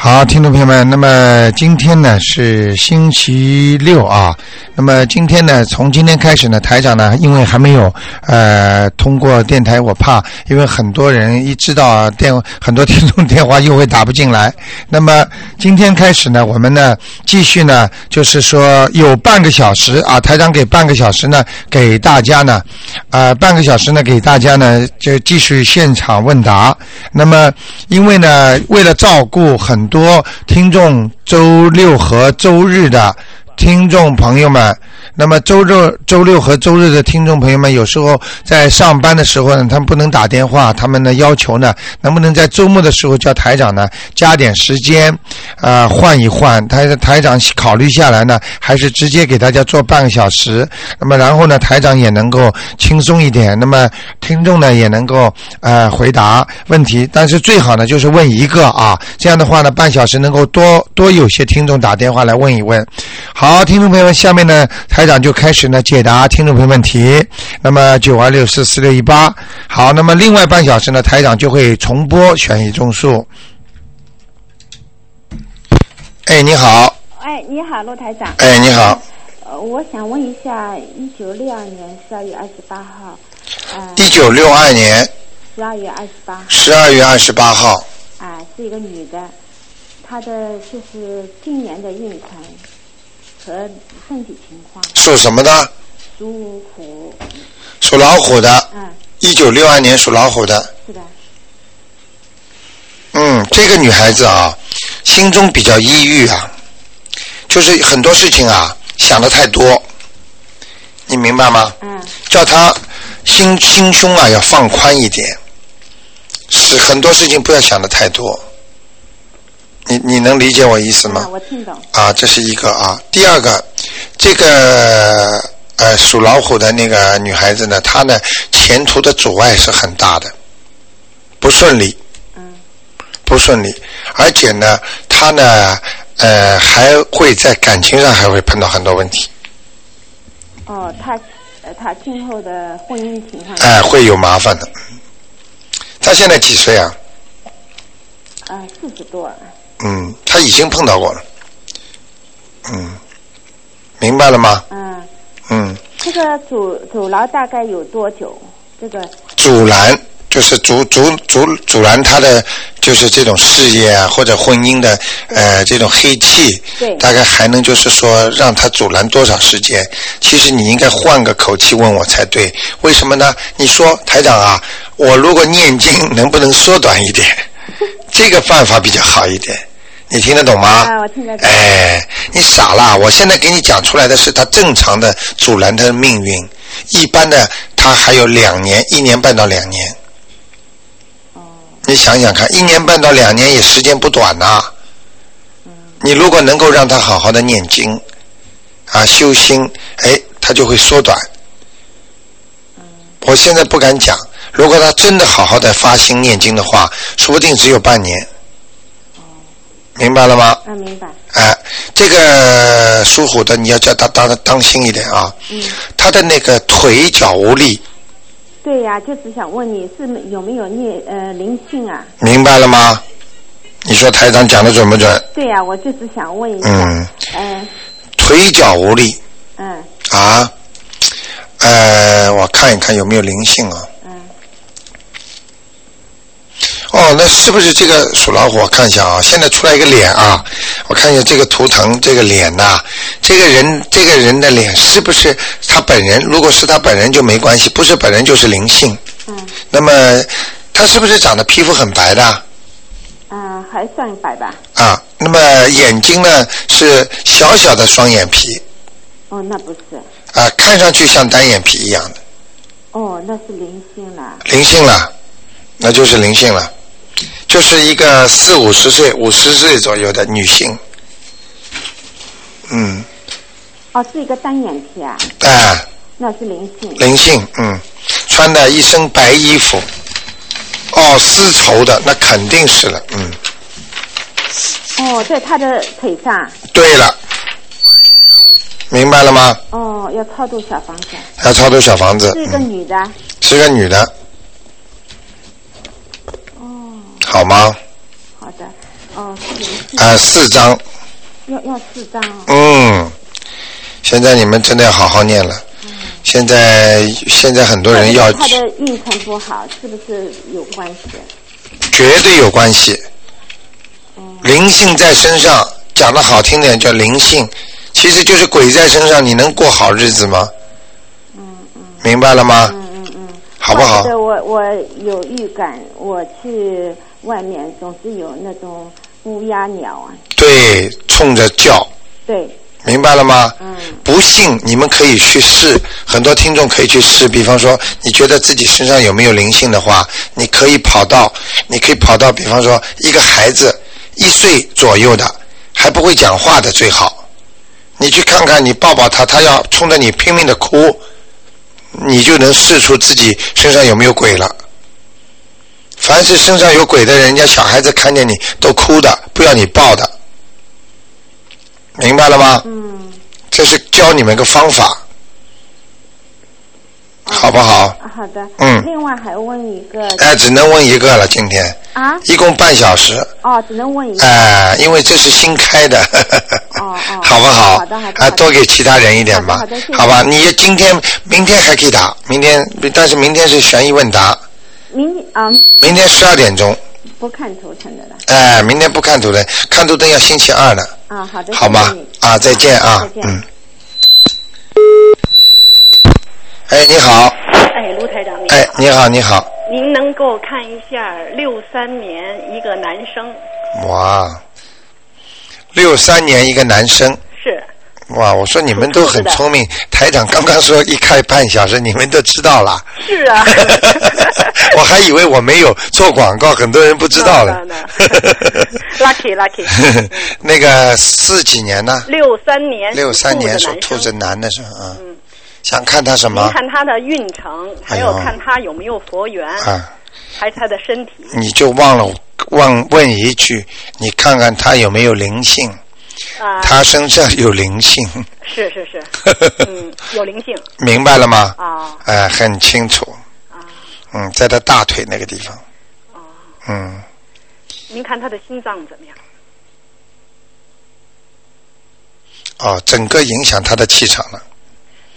好，听众朋友们，那么今天呢是星期六啊，那么今天呢，从今天开始呢，台长呢，因为还没有呃通过电台，我怕因为很多人一知道啊电 很多听众电话又会打不进来。那么今天开始呢，我们呢继续呢，就是说有半个小时啊，台长给半个小时呢给大家呢，呃半个小时呢给大家呢就继续现场问答。那么因为呢，为了照顾很多听众周六和周日的听众朋友们，那么周六、周六和周日的听众朋友们，有时候在上班的时候呢，他们不能打电话，他们呢要求呢，能不能在周末的时候叫台长呢加点时间，啊、换一换。台台长考虑下来呢，还是直接给大家做半个小时。那么然后呢，台长也能够轻松一点，那么听众呢也能够呃回答问题。但是最好呢就是问一个啊，这样的话呢，半小时能够多多有些听众打电话来问一问。好，听众朋友们，下面呢台长就开始呢解答听众朋友问题。那么九二六四四六一八，好，那么另外半小时呢，台长就会重播悬疑综述。哎，你好，哎，你好，陆台长。哎，你好，呃，我想问一下，一九六二年十二月二十八号，呃，一九六二年十二月二十八号十二月二十八号，啊，是一个女的，她的就是今年的运程和身体情况，属什么的？属虎，属老虎的，嗯，一九六二年属老虎的。是的，嗯，这个女孩子啊，心中比较抑郁啊，就是很多事情啊想的太多，你明白吗？嗯，叫她心心胸啊要放宽一点，是很多事情不要想的太多。你你能理解我意思吗？啊，我听懂，啊，这是一个啊。第二个，这个呃属老虎的那个女孩子呢，她呢前途的阻碍是很大的，不顺利，嗯，不顺利，而且呢，她呢呃还会在感情上还会碰到很多问题，哦，她呃，她今后的婚姻情况，哎、会有麻烦的。她现在几岁啊？呃，四十多，嗯，她已经碰到过了，嗯，明白了吗？嗯，嗯，这个阻阻挠大概有多久？这个阻拦，就是阻阻阻阻拦他的就是这种事业啊或者婚姻的呃这种黑气对，大概还能就是说让他阻拦多少时间？其实你应该换个口气问我才对，为什么呢？你说台长啊，我如果念经能不能缩短一点？这个办法比较好一点。你听得懂吗？啊我听得懂哎，你傻啦！我现在给你讲出来的是他正常的阻拦他的命运，一般的他还有两年，一年半到两年。你想想看，一年半到两年也时间不短呐、你如果能够让他好好的念经，啊，修心，哎，他就会缩短。我现在不敢讲，如果他真的好好的发心念经的话，说不定只有半年。明白了吗？啊，明白，哎，这个属虎的你要叫他当当心一点啊。嗯。他的那个腿脚无力，对呀、就只想问你是没有没有念呃灵性啊？明白了吗？你说台长讲的准不准？对呀、我就是想问一下，嗯，嗯腿脚无力嗯啊。呃，我看一看有没有灵性啊。嗯，哦，那是不是这个属老虎？我看一下啊，现在出来一个脸啊，我看一下这个图腾，这个脸呐、这个人，这个人的脸是不是他本人？如果是他本人就没关系，不是本人就是灵性。嗯。那么他是不是长得皮肤很白的啊啊、还算白吧？啊？那么眼睛呢是小小的双眼皮哦，那不是，啊，看上去像单眼皮一样的哦，那是灵性啦。灵性了，那就是灵性了，就是一个四五十岁、五十岁左右的女性，嗯。哦，是一个单眼皮啊，啊，那是灵性。灵性，嗯，穿的一身白衣服，哦，丝绸的，那肯定是了，嗯，哦，在他的腿上。对了，明白了吗？哦，要超度小房子，要操作小房子，嗯是一个女的。是个女的，哦，好吗？好的。哦、哦，是零四，啊、四张，要要四张哦。嗯，现在你们真的要好好念了。现在现在很多人要他的运程不好，是不是有关系？绝对有关系。灵性在身上，讲的好听点叫灵性，其实就是鬼在身上，你能过好日子吗？嗯嗯。明白了吗？嗯嗯嗯。好不好或？者我我有预感，我去外面总是有那种乌鸦鸟啊，对，冲着叫，对，明白了吗？不信你们可以去试，很多听众可以去试。比方说，你觉得自己身上有没有灵性的话，你可以跑到，你可以跑到，比方说一个孩子一岁左右的，还不会讲话的最好，你去看看，你抱抱他，他要冲着你拼命的哭，你就能试出自己身上有没有鬼了。凡是身上有鬼的人，人家小孩子看见你都哭的，不要你抱的，明白了吗？嗯。这是教你们个方法，好不好？啊好的。嗯另外还问一个哎，只能问一个了，今天啊，一共半小时，哦，只能问一个。哎、因为这是新开的，哦哦。好不好？好的好的。啊，好的多给其他人一点吧好的好的谢，谢吧？你今天、明天还可以打，明天，但是明天是悬疑问答，明天啊、明天十二点钟，不看头疼的了。哎、明天不看图灯，看图灯要星期二的。啊，好的。好吗谢谢你？啊，再见啊再，见嗯。哎，你好，哎，卢台长，您哎，你好，你好，您能给我看一下六三年一个男生哇，六三年一个男生，是哇，我说你们都很是的聪明，台长刚刚说一开半小时，你们都知道 了，，是啊我还以为我没有做广告，很多人不知 道了 No, no, no. ，lucky lucky， 那个四几年呢？六三年六三年属属兔兔子的男生。男的是啊，想看他什您么看他的运程，还有啊哎呦看他有没有佛缘，啊？还有他的身体。你就忘了忘问一句，你看看他有没有灵性？啊，他身上有灵性， 是是是，嗯，有灵性明白了吗？啊哎、很清楚。啊。嗯，在他大腿那个地方。哦嗯，您看他的心脏怎么样？哦，整个影响他的气场了。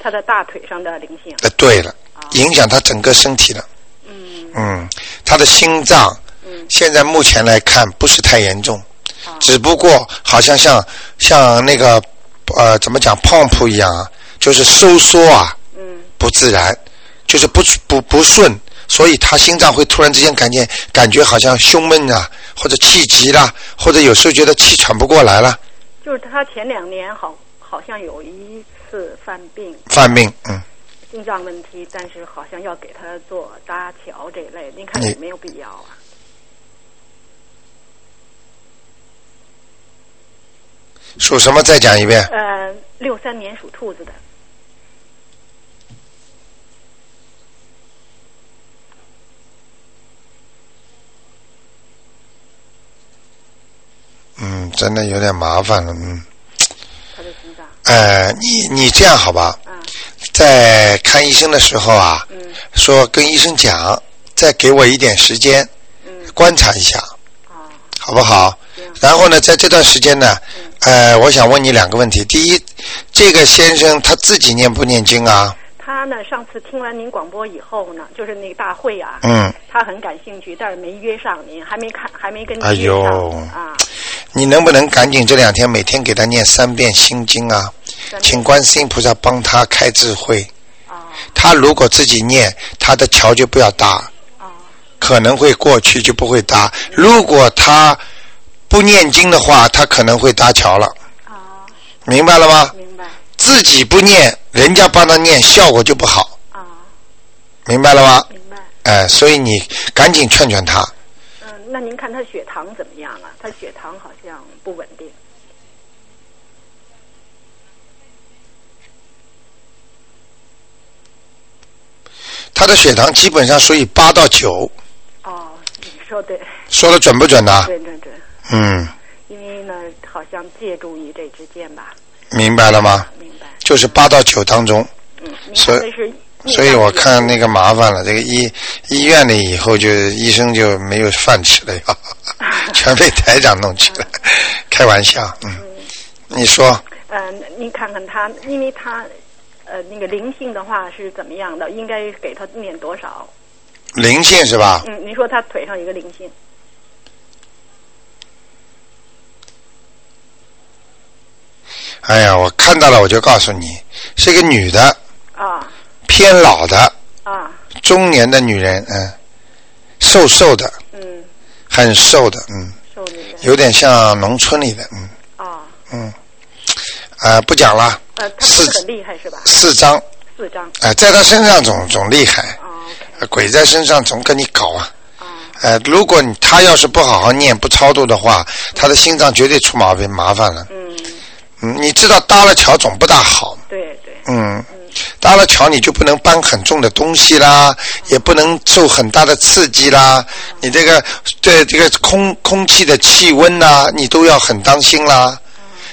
他的大腿上的灵性，呃，对了啊，影响他整个身体了。嗯嗯，他的心脏嗯现在目前来看不是太严重，啊只不过好像像像那个呃怎么讲 pump 一样啊，就是收缩啊。嗯不自然，就是不不不顺，所以他心脏会突然之间感觉感觉好像胸闷啊，或者气急啦，或者有时候觉得气喘不过来了，就是他前两年好好像有一次犯病，犯病。嗯，心脏问题，但是好像要给他做搭桥这一类，您看你有没有必要啊？属什么？再讲一遍。呃，六三年属兔子的，嗯，真的有点麻烦了。嗯，他的心脏，呃，你你这样好吧，啊，在看医生的时候啊，嗯说跟医生讲，再给我一点时间嗯，观察一下，啊，好不好？行，然后呢，在这段时间呢，嗯呃，我想问你两个问题。第一，这个先生他自己念不念经啊？他呢，上次听完您广播以后呢，就是那个大会啊，嗯，他很感兴趣，但是没约上您，还没看，还没跟您哎约上呦啊，你能不能赶紧这两天每天给他念三遍心经啊？咱请观世音菩萨帮他开智慧。啊他如果自己念，他的桥就不要搭，啊可能会过去就不会搭。如果他不念经的话，他可能会搭桥了，啊，明白了吗？明白自己不念，人家帮他念，效果就不好，啊，明白了吗？明白。哎、所以你赶紧劝劝他。嗯，那您看他血糖怎么样啊？他血糖好像不稳定。他的血糖基本上属于八到九，哦，你说对，说的准不准呢？对对对。嗯，因为呢，好像借助于这支箭吧，明白了吗？明白？就是八到九当中，嗯，您所以看这是孽障所以我看那个麻烦了，这个医医院里以后就医生就没有饭吃了呀。全被台长弄去了，开玩笑，嗯，你说，呃，您看看他，因为他呃那个灵性的话是怎么样的？应该给他念多少？灵性是吧？嗯，您说他腿上一个灵性，哎呀，我看到了，我就告诉你，是个女的，啊偏老的，啊，中年的女人，嗯，瘦瘦的，嗯，很瘦的，嗯，受那个有点像农村里的，嗯啊，嗯，啊、不讲了，呃，他不是是很厉害是吧？四张，啊、四张，在他身上总总厉害，啊，OK，呃鬼在身上总跟你搞啊。啊呃，如果你他要是不好好念、不超度的话，他的心脏绝对出毛病，麻烦了。嗯，嗯，你知道搭了桥总不大好，对对，嗯，搭了桥你就不能搬很重的东西啦，也不能受很大的刺激啦，你这个对这个空空气的气温呐、你都要很当心啦。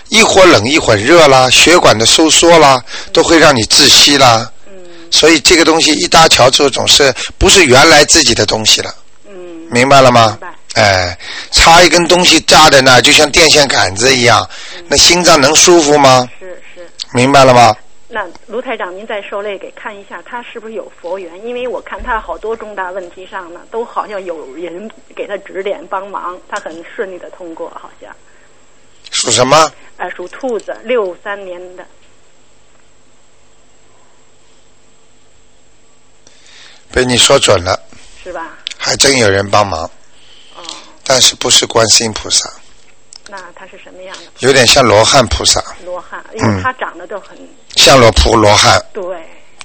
一会儿冷一会儿热啦，血管的收缩啦，都会让你窒息啦。嗯所以这个东西一搭桥之后，总是不是原来自己的东西了。嗯，明白了吗明白？哎，插一根东西扎在那儿，就像电线杆子一样，那心脏能舒服吗？是是。明白了吗？那卢台长，您在受累给看一下，他是不是有佛缘？因为我看他好多重大问题上呢，都好像有人给他指点帮忙，他很顺利的通过，好像。属什么？呃，属兔子，六三年的，被你说准了，是吧？还真有人帮忙，哦，但是不是观世音菩萨，那他是什么样的有点像罗汉菩萨，罗汉？因嗯为他长得都很像罗普罗汉，对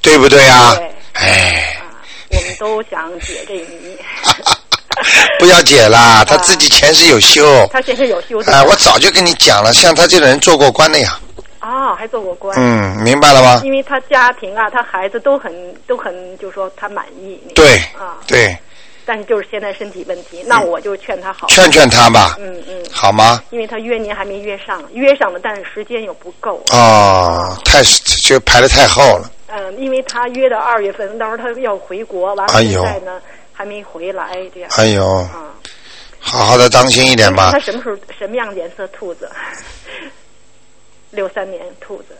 对不对啊对？哎， 啊，我们都想解这个谜。不要解啊啦，他自己前世有修， 他现在有修的哎，我早就跟你讲了，像他这种人做过官的呀，啊，还做过官。嗯，明白了吗？因为他家庭啊，他孩子都很都很，就说他满意你。对啊，，对，但是就是现在身体问题，那我就劝他好。劝劝他吧，嗯嗯，好吗？因为他约您还没约上，约上了，但是时间又不够。啊哦，太就排的太后了。嗯，因为他约的二月份，到时候他要回国，完哎了呦现在呢、还没回来，这样。哎呦，啊，好好的当心一点吧 他。什么时候什么样的颜色兔子？ 六三年兔子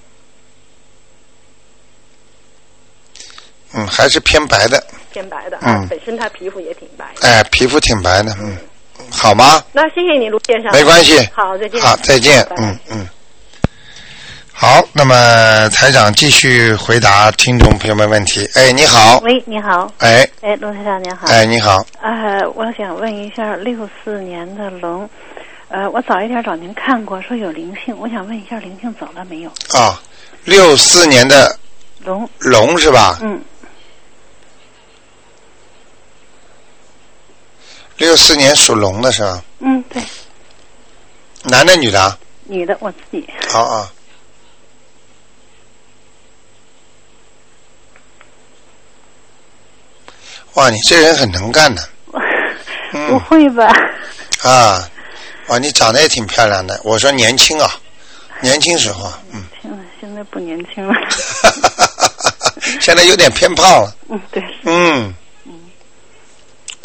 嗯，还是偏白的，偏白的，啊嗯本身他皮肤也挺白的。哎，皮肤挺白的，嗯，好吗？那谢谢你，卢先生。没关系。好，再见。好，再见拜。拜嗯嗯。好，那么台长继续回答听众朋友们问题。哎，你好，喂，你好，哎哎，罗台长您嗯好，哎，你好，呃，我想问一下六四年的龙，呃，我早一点找您看过，说有灵性，我想问一下灵性走了没有？啊，六四年的龙，龙是吧？嗯，六四年属龙的是吧？嗯，对，男的女的啊？女的，我自己，啊啊。哇，你这人很能干的我嗯不会吧？啊！哇，你长得也挺漂亮的。我说年轻啊，年轻时候啊， 嗯，现在现在不年 轻了，现在有点偏胖了，嗯，对，嗯，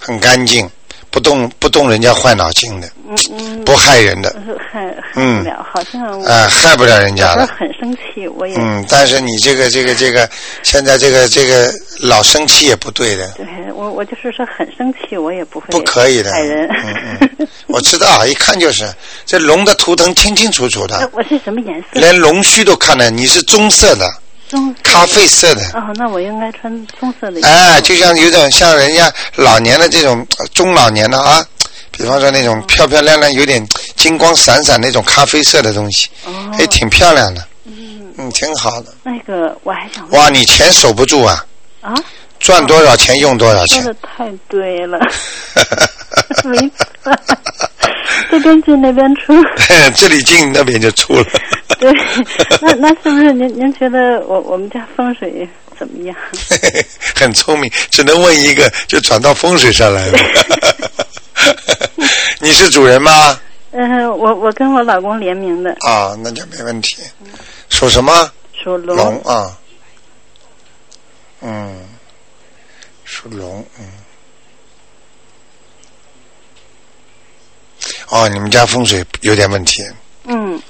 很干净，不动不动人家坏脑筋的，嗯嗯，不害人的，是害害嗯不了，好像我啊、害不了人有家时候的。很生气，我也、嗯，但是你这个这个这个，现在这个这个老生气也不对的，对我我就是说很生气，我也不会不可以的。害人。嗯嗯，我知道，一看就是这龙的图腾清清楚楚 那的，我是什么颜色？连龙须都看了。你是棕色的，棕色哎咖啡色的，哦，那我应该穿棕色的衣服。哎，就像有点像人家老年的这种呃中老年的啊，比方说那哦种漂漂亮亮、有点金光闪闪那种咖啡色的东西，哦，哎，挺漂亮的，嗯，嗯，挺好的。那个我还想问哇，你钱守不住啊，啊，赚多少钱用多少说钱。 的太对了，没错，这边进那边出。 这里进那边就出了。 对，那那是不是您您觉得我我们家风水怎么样？很聪明，只能问一个，就转到风水上来 了。 你是主人吗？嗯、我我跟我老公联名的，啊，那就没问题。嗯属什么？属龙，龙啊。嗯，属龙。嗯。哦，你们家风水有点问题嗯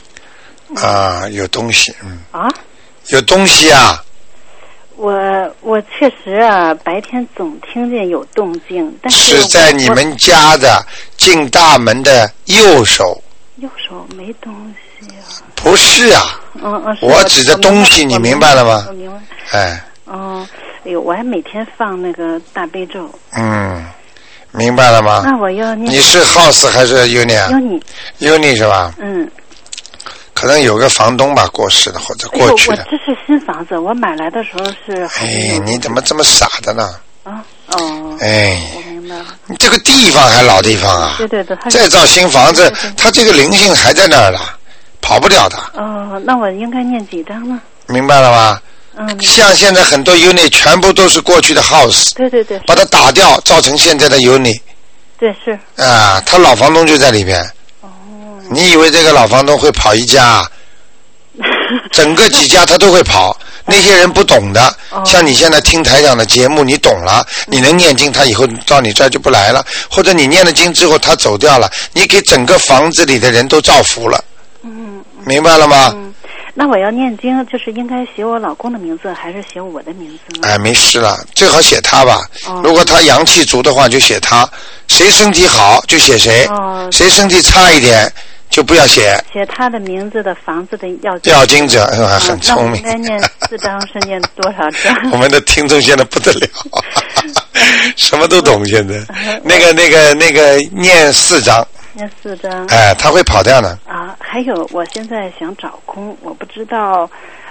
啊，有东西，嗯，啊，有东西啊，我我确实啊，白天总听见有动静，但是我在你们家的进大门的右手，我右手没东西啊。不是啊，嗯嗯，是我指着东西我你明明白了吗我明白。哎，哦，哎呦，我还每天放那个大悲咒，嗯，明白了吗？那我要念啊你是啊 house 还是要 uni？uni 你是吧？嗯，可能有个房东吧，过世的或者哎呦过去我的。这是新房子，我买来的时候是还没哎有，你怎么这么傻的呢？啊哦，哎，我明白了，你这个地方还老地方啊对，对对，他是再造新房子对对对，它这个灵性还在那儿了，跑不了的，哦，那我应该念几张呢？明白了吗？嗯，明白像现在很多 uni 全部都是过去的 house，对对对，把它打掉，造成现在的 uni 对是啊，他老房东就在里边。哦，你以为这个老房东会跑一家啊？ 整个几家他都会跑。那些人不懂的，嗯哦嗯像你现在听台长的节目，你懂了，你能念经，他以后到你这儿就不来了，或者你念了经之后他走掉了，你给整个房子里的人都造福了， 嗯明白了吗？嗯，那我要念经，就是应该写我老公的名字，还是写我的名字呢？哎，没事了，最好写他吧。哦如果他阳气足的话，就写他；谁身体好就写谁，哦谁身体差一点就不要写。写他的名字的房子的要要经者、嗯、啊很那聪我明应。该念四 张是念多少张？ 我们的听众现在不得了，什么都懂。现在那个、那个、那个，念四章，念四张。哎，他会跑掉的。啊，还有，我现在想找工，我不知道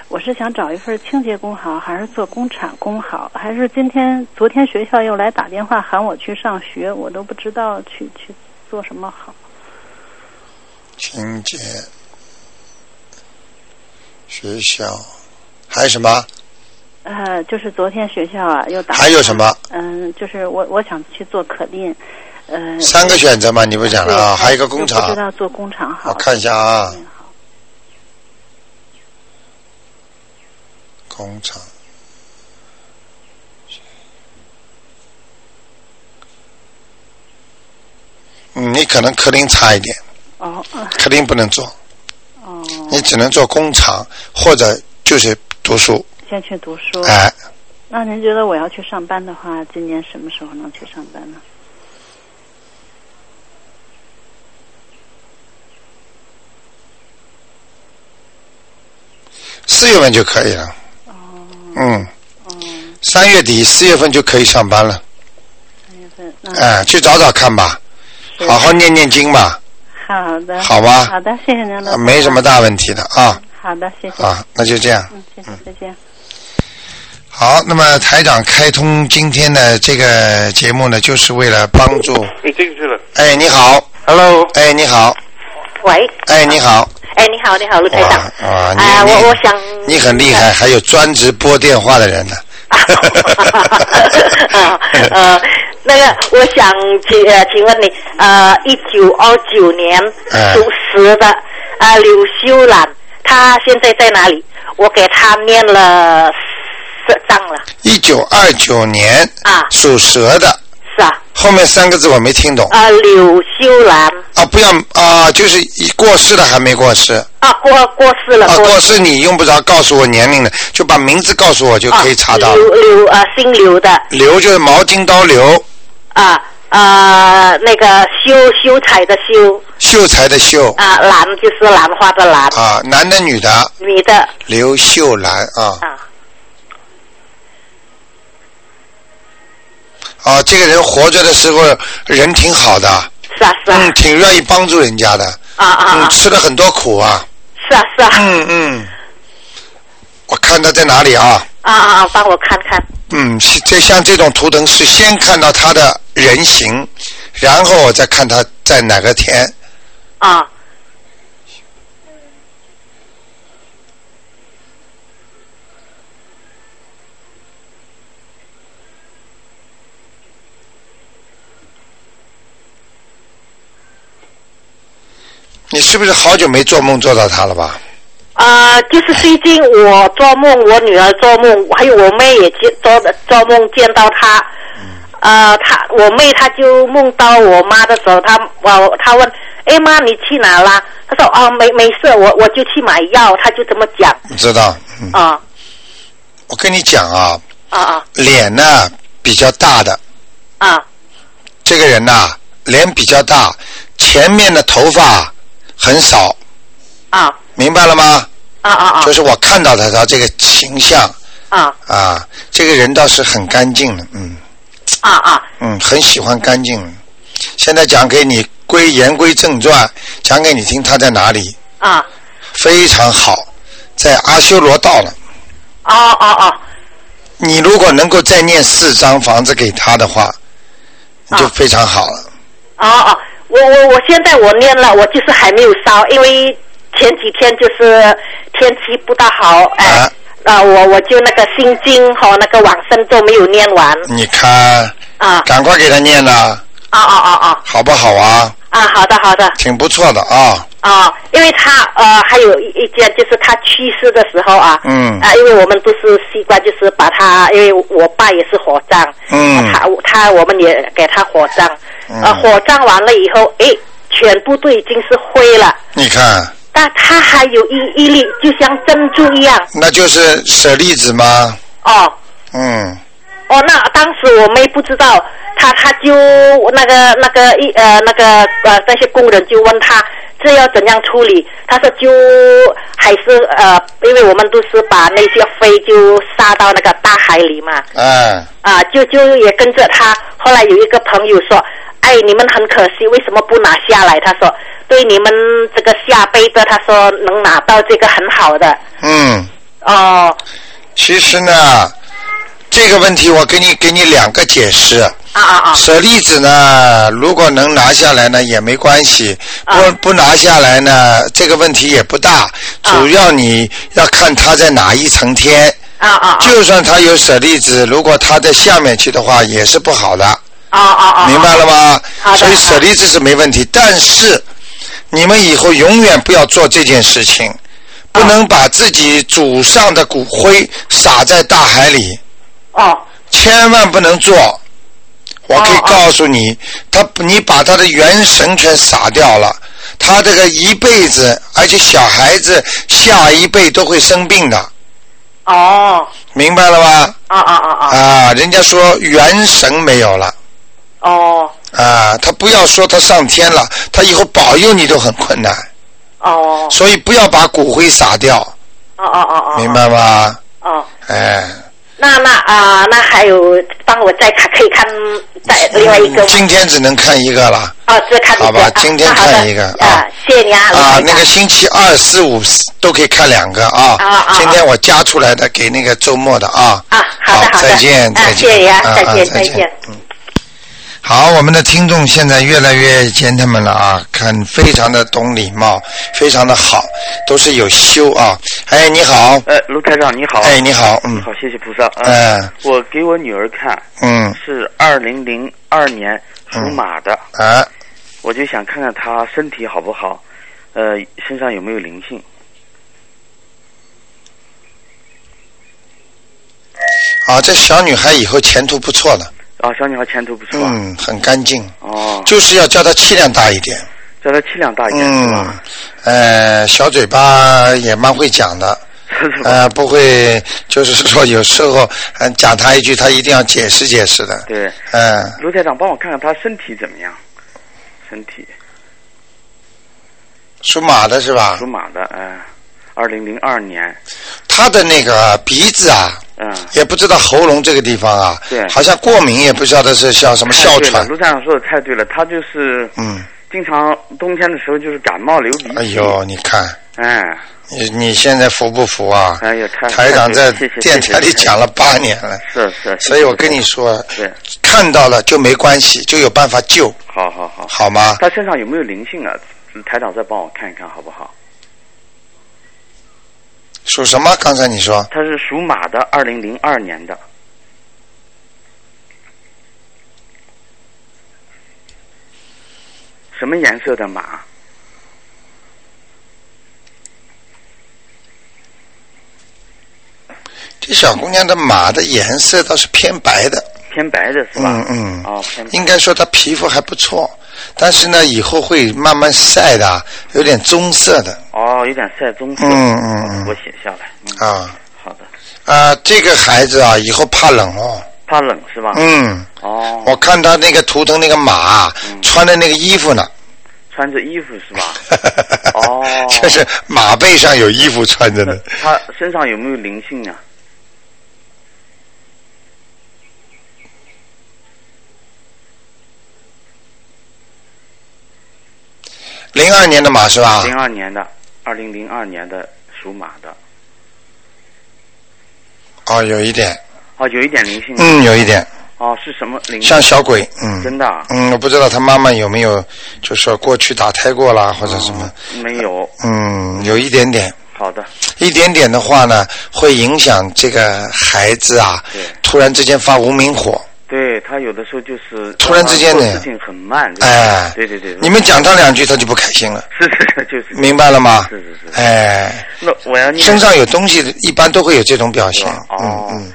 我是想找一份清洁工好，还是做工厂工好，还是今天昨天学校又来打电话喊我去上学，我都不知道去去做什么好。清洁学校，还有什么？呃，就是昨天学校啊又打还有什么？嗯、就是我我想去做可定，呃，三个选择嘛，你不讲了啊？对还有一个工就不厂知，道做工厂好。我看一下啊，工厂。嗯，你可能科林差一点，哦呃科林不能做。哦，你只能做工厂或者就是读书，先去读书。哎，那您觉得我要去上班的话，今年什么时候能去上班呢？四月份就可以了。哦，嗯，嗯，三月底四月份就可以上班了。三月份，那哎，去找找看吧，是好好念念经吧，好的，好吧啊好的，谢谢您了，没什么大问题的啊好的，谢谢，啊，那就这样。嗯，谢谢，再见。好，那么台长开通今天的这个节目呢，就是为了帮助。你进去了。哎，你好， Hello，哎，你好，喂，哎，你好，哎，你好，你好，卢台哇长。啊，你、哎你我我想你很厉害，还有专职拨电话的人呢。 啊呃，那个，我想请呃，请问你，呃，一九二九年哎属蛇的啊、呃柳修兰，她现在在哪里？我给她念了四章了，一九二九年啊属蛇的，是啊，后面三个字我没听懂啊、柳修兰啊！不要啊，就是已过世的还没过世啊，啊，过过世了，过世世你用不着告诉我年龄的，就把名字告诉我就可以查到啊、了。柳柳呃，姓柳的刘就是毛巾刀刘，啊呃，那个修修彩的修秀才的秀啊、兰就是兰花的兰，啊，男的女的女的。刘秀兰啊啊，啊，这个人活着的时候人挺好的，是啊是啊、嗯，挺愿意帮助人家的，啊啊嗯，啊，吃了很多苦啊，是啊是啊，嗯嗯，我看他在哪里啊？啊啊啊，帮我看看，嗯，是这像这种图腾是先看到他的人形，然后我再看他在哪个天。啊你是不是好久没做梦做到他了吧？呃，就是最近我做梦，我女儿做梦，还有我妹也见做做梦见到她，嗯呃，她我妹她就梦到我妈的时候，她我她问，哎妈，你去哪啦？他说哦，没没事，我我就去买药，他就这么讲知道，嗯，啊我跟你讲啊，啊啊脸呢比较大的啊这个人呐、脸比较大，前面的头发很少，啊明白了吗？啊啊就是我看到他他这个形象啊啊，这个人倒是很干净的，嗯啊啊嗯，很喜欢干净。现在讲给你归言归正传，讲给你听他在哪里，啊！非常好，在阿修罗道了。哦哦哦你如果能够再念四张房子给他的话，你就啊非常好了。哦哦，我我我现在我念了，我就是还没有烧，因为前几天就是天气不大好，哎。啊啊我我就那个心经和那个往生咒没有念完你看，啊赶快给他念了，啊啊啊啊好不好啊？啊！好的好的，挺不错的啊。哦，因为他呃，还有一一件就是他去世的时候啊，嗯啊，因为我们不是习惯就是把他，因为我爸也是火葬，嗯啊他他我们也给他火葬，嗯呃，火葬完了以后，诶，全部都已经是灰了，你看，但他还有一一粒，就像珍珠一样，那就是舍利子嘛。哦。嗯，哦，那当时我妹不知道，他他就那个那个一呃那个呃那些工人就问他这要怎样处理，他说就还是呃，因为我们都是把那些飞就撒到那个大海里嘛，哎，啊，就就也跟着他。后来有一个朋友说，哎，你们很可惜，为什么不拿下来？他说，对你们这个下辈子，他说能拿到这个很好的。嗯，哦，其实呢，这个问题我给你给你两个解释。啊啊啊，舍利子呢，如果能拿下来呢也没关系，不、啊不拿下来呢，这个问题也不大，主要你要看它在哪一层天。啊啊啊，就算它有舍利子，如果它在下面去的话，也是不好的，啊啊啊，明白了吗？好的所以好的舍利子是没问题，但是你们以后永远不要做这件事情，不能把自己祖上的骨灰撒在大海里。哦。千万不能做。我可以哦哦告诉你，他你把他的元神全撒掉了，他这个一辈子，而且小孩子下一辈都会生病的，哦，明白了吧？啊啊啊啊，啊，人家说元神没有了哦啊，他不要说他上天了，他以后保佑你都很困难，哦，所以不要把骨灰撒掉，哦哦哦哦，明白吗？哦。哎，那那啊、那还有，帮我再看，可以看再另外一个吗？嗯今天只能看一个了。哦，只看一个。好吧啊今天那好的看一个啊啊，谢谢你啊，卢啊台，长那个星期二、四、五都可以看两个啊。啊啊今天我加出来的给那个周末的啊。啊好的好的再见，啊再见。谢谢啊啊再见再再见。嗯。好，我们的听众现在越来越 gentleman 了啊，看非常的懂礼貌，非常的好，都是有修啊。哎，你好，呃，卢台长你好。哎，你好，嗯你好，谢谢菩萨。呃，嗯我给我女儿看，嗯是二零零二年属马的，啊，我就想看看她身体好不好，呃，身上有没有灵性。啊，这小女孩以后前途不错的，啊，小女孩前途不错。啊。嗯，很干净，哦，就是要叫她气量大一点。叫她气量大一点，哎是嗯吧？，呃，小嘴巴也蛮会讲的， 是吧？呃，不会，就是说有时候呃讲他一句，他一定要解释解释的。对，嗯、卢台长帮我看看她身体怎么样？身体属马的是吧属？马的，嗯、呃，二零零二年，他的那个鼻子啊，嗯、也不知道喉咙这个地方啊对，好像过敏，也不晓得是像什么哮太对了，喘。卢台长说的太对了，她就是嗯，经常冬天的时候就是感冒流鼻哎涕，呦，你看，哎、你你现在服不服啊？哎呀，太台长在谢谢电台里讲了八年了，谢谢是是，所以我跟你你说，是，看到了就没关系，就有办法救，好好好，好吗？他身上有没有灵性啊？台长再帮我看一看好不好？属什么？刚才你说他是属马的，二零零二年的，什么颜色的马？这小姑娘的马的颜色倒是偏白的，偏白的是吧嗯？嗯，哦，偏白应该说她皮肤还不错，但是呢，以后会慢慢晒的，有点棕色的哦，有点晒棕色。嗯嗯嗯我写下来。嗯，啊好的。啊，这个孩子啊，以后怕冷哦。怕冷是吧？。嗯，哦，我看他那个图腾那个马啊嗯穿的那个衣服呢，穿着衣服是 吧？哦就是马背上有衣服穿着那呢。他身上有没有灵性啊？零二年的马是吧？零二年的，二零零二年的属马的，哦，有一点，哦，有一点灵性。嗯，有一点，哦，是什么灵性？像小鬼，嗯，真的啊嗯，我不知道他妈妈有没有，就说过去打胎过啦，或者什哦么，没有。嗯，有一点点，好的，一点点的话呢，会影响这个孩子啊对，突然之间发无名火，对他有的时候就是啊突然之间做的事情很慢。就是哎，对对对，你们讲他两句，他就不开心了，是是是，就是明白了吗？是是是哎，那我要念身上有东西，一般都会有这种表现是吧。哦嗯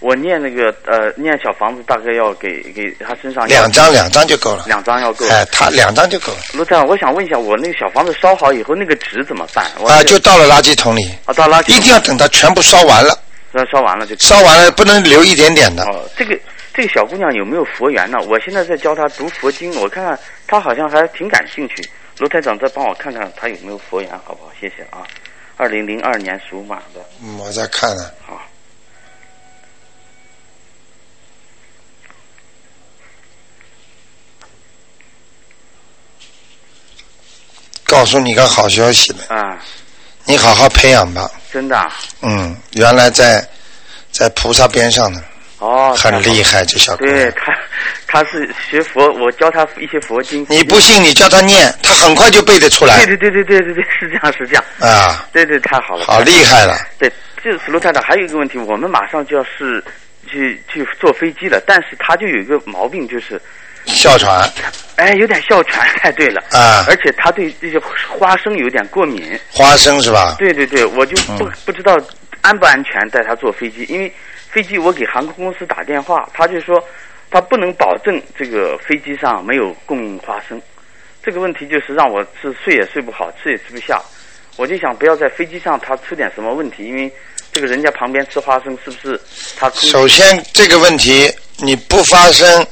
我念那个呃，念小房子大概要给给他身嗯，上要两张两张就够了。哦两张要够。哎，他两张就够了罗站，我想问一下，我那个小房子烧好以后，那个纸怎么办？我啊，那个就倒了垃圾桶里，啊，到垃圾一定要等它全部烧完了，要烧完了就烧完了不能留一点点的。哦，这个这个小姑娘有没有佛缘呢？我现在在教她读佛经，我看看她好像还挺感兴趣。罗台长，再帮我看看她有没有佛缘，好不好？谢谢啊。二零零二年属马的，嗯我在看呢。好。告诉你个好消息了，啊，你好好培养吧。真的啊，嗯，原来在在菩萨边上呢，哦，很厉害。害这小姑对娘。她，她是学佛，我教她一些佛经。你不信，你叫她念，她很快就背得出来对对对对对对对，是这样是这样。啊，对对，太好了。好厉害了。对，就是卢探长，还有一个问题，我们马上就要是去去坐飞机了，但是他就有一个毛病，就是哮喘哎有点哮喘。太对了，啊而且他对这些花生有点过敏。花生是吧？对对对，我就嗯不、不知道安不安全带他坐飞机，因为飞机我给航空公司打电话，他就说他不能保证这个飞机上没有供应花生。这个问题就是让我是睡也睡不好，吃也吃不下。我就想不要在飞机上他出点什么问题，因为这个人家旁边吃花生是不是他空首先这个问题你不发生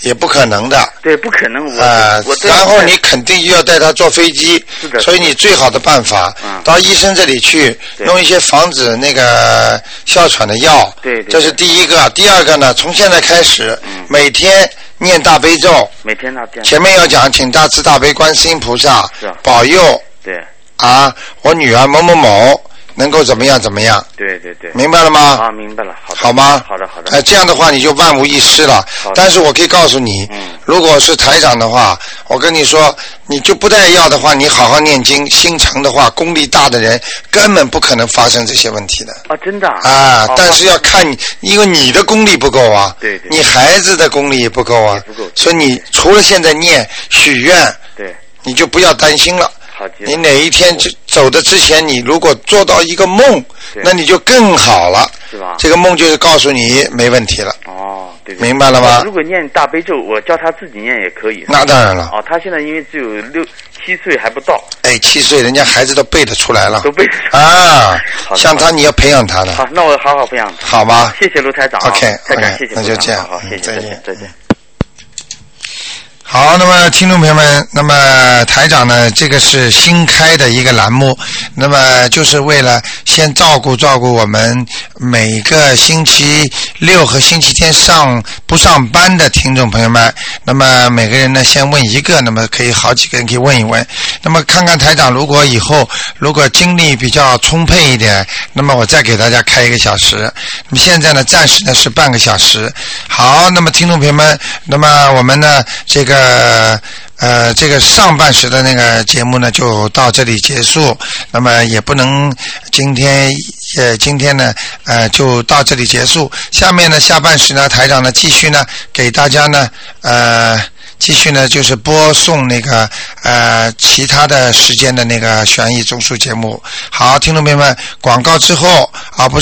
也不可能的。对不可能我、啊、我对然后你肯定又要带他坐飞机是，的所以你最好的办法、嗯到医生这里去对弄一些防止那个哮喘的药，对对嗯这是第一个。第二个呢，从现在开始、每天念大悲咒，每天他这样前面要讲请大慈大悲观世音菩萨是啊保佑对啊，我女儿某某某能够怎么样怎么样，对对对明白了吗？啊明白了好的好吗？好的好的哎、这样的话你就万无一失了好的。但是我可以告诉你，嗯如果是台长的话，我跟你说，你就不带药的话，你好好念经，心诚的话，功力大的人根本不可能发生这些问题的。啊真的啊哦，但是要看你，因为你的功力不够啊，对对你孩子的功力也不够啊，也不够所以你除了现在念许愿，对你就不要担心了。好极了你哪一天就走的之前，你如果做到一个梦，对那你就更好了。是吧这个梦就是告诉你没问题了，哦对对明白了吗如果念大悲咒，我教他自己念也可以。那当然了。哦，他现在因为只有六七岁还不到，哎，七岁人家孩子都背得出来了都被啊好，的像他好的你要培养他的， 好，那我好好培养他。好吗？谢谢卢台长啊。 OK，台长 OK，谢谢那卢就台长这样好，谢谢，嗯再再见见，再见。好，那么听众朋友们，那么台长呢，这个是新开的一个栏目，那么就是为了先照顾照顾我们每个星期六和星期天上不上班的听众朋友们。那么每个人呢，先问一个，那么可以好几个人可以问一问。那么看看台长，如果以后如果精力比较充沛一点，那么我再给大家开一个小时。那么现在呢，暂时呢是半个小时。好，那么听众朋友们，那么我们呢这个呃这个上半时的那个节目呢就到这里结束。那么也不能今天呃今天呢呃就到这里结束。下面呢下半时呢台长呢继续呢给大家呢呃。继续呢，就是播送那个呃其他的时间的那个悬疑综述节目。好，听众朋友们，广告之后啊，不是。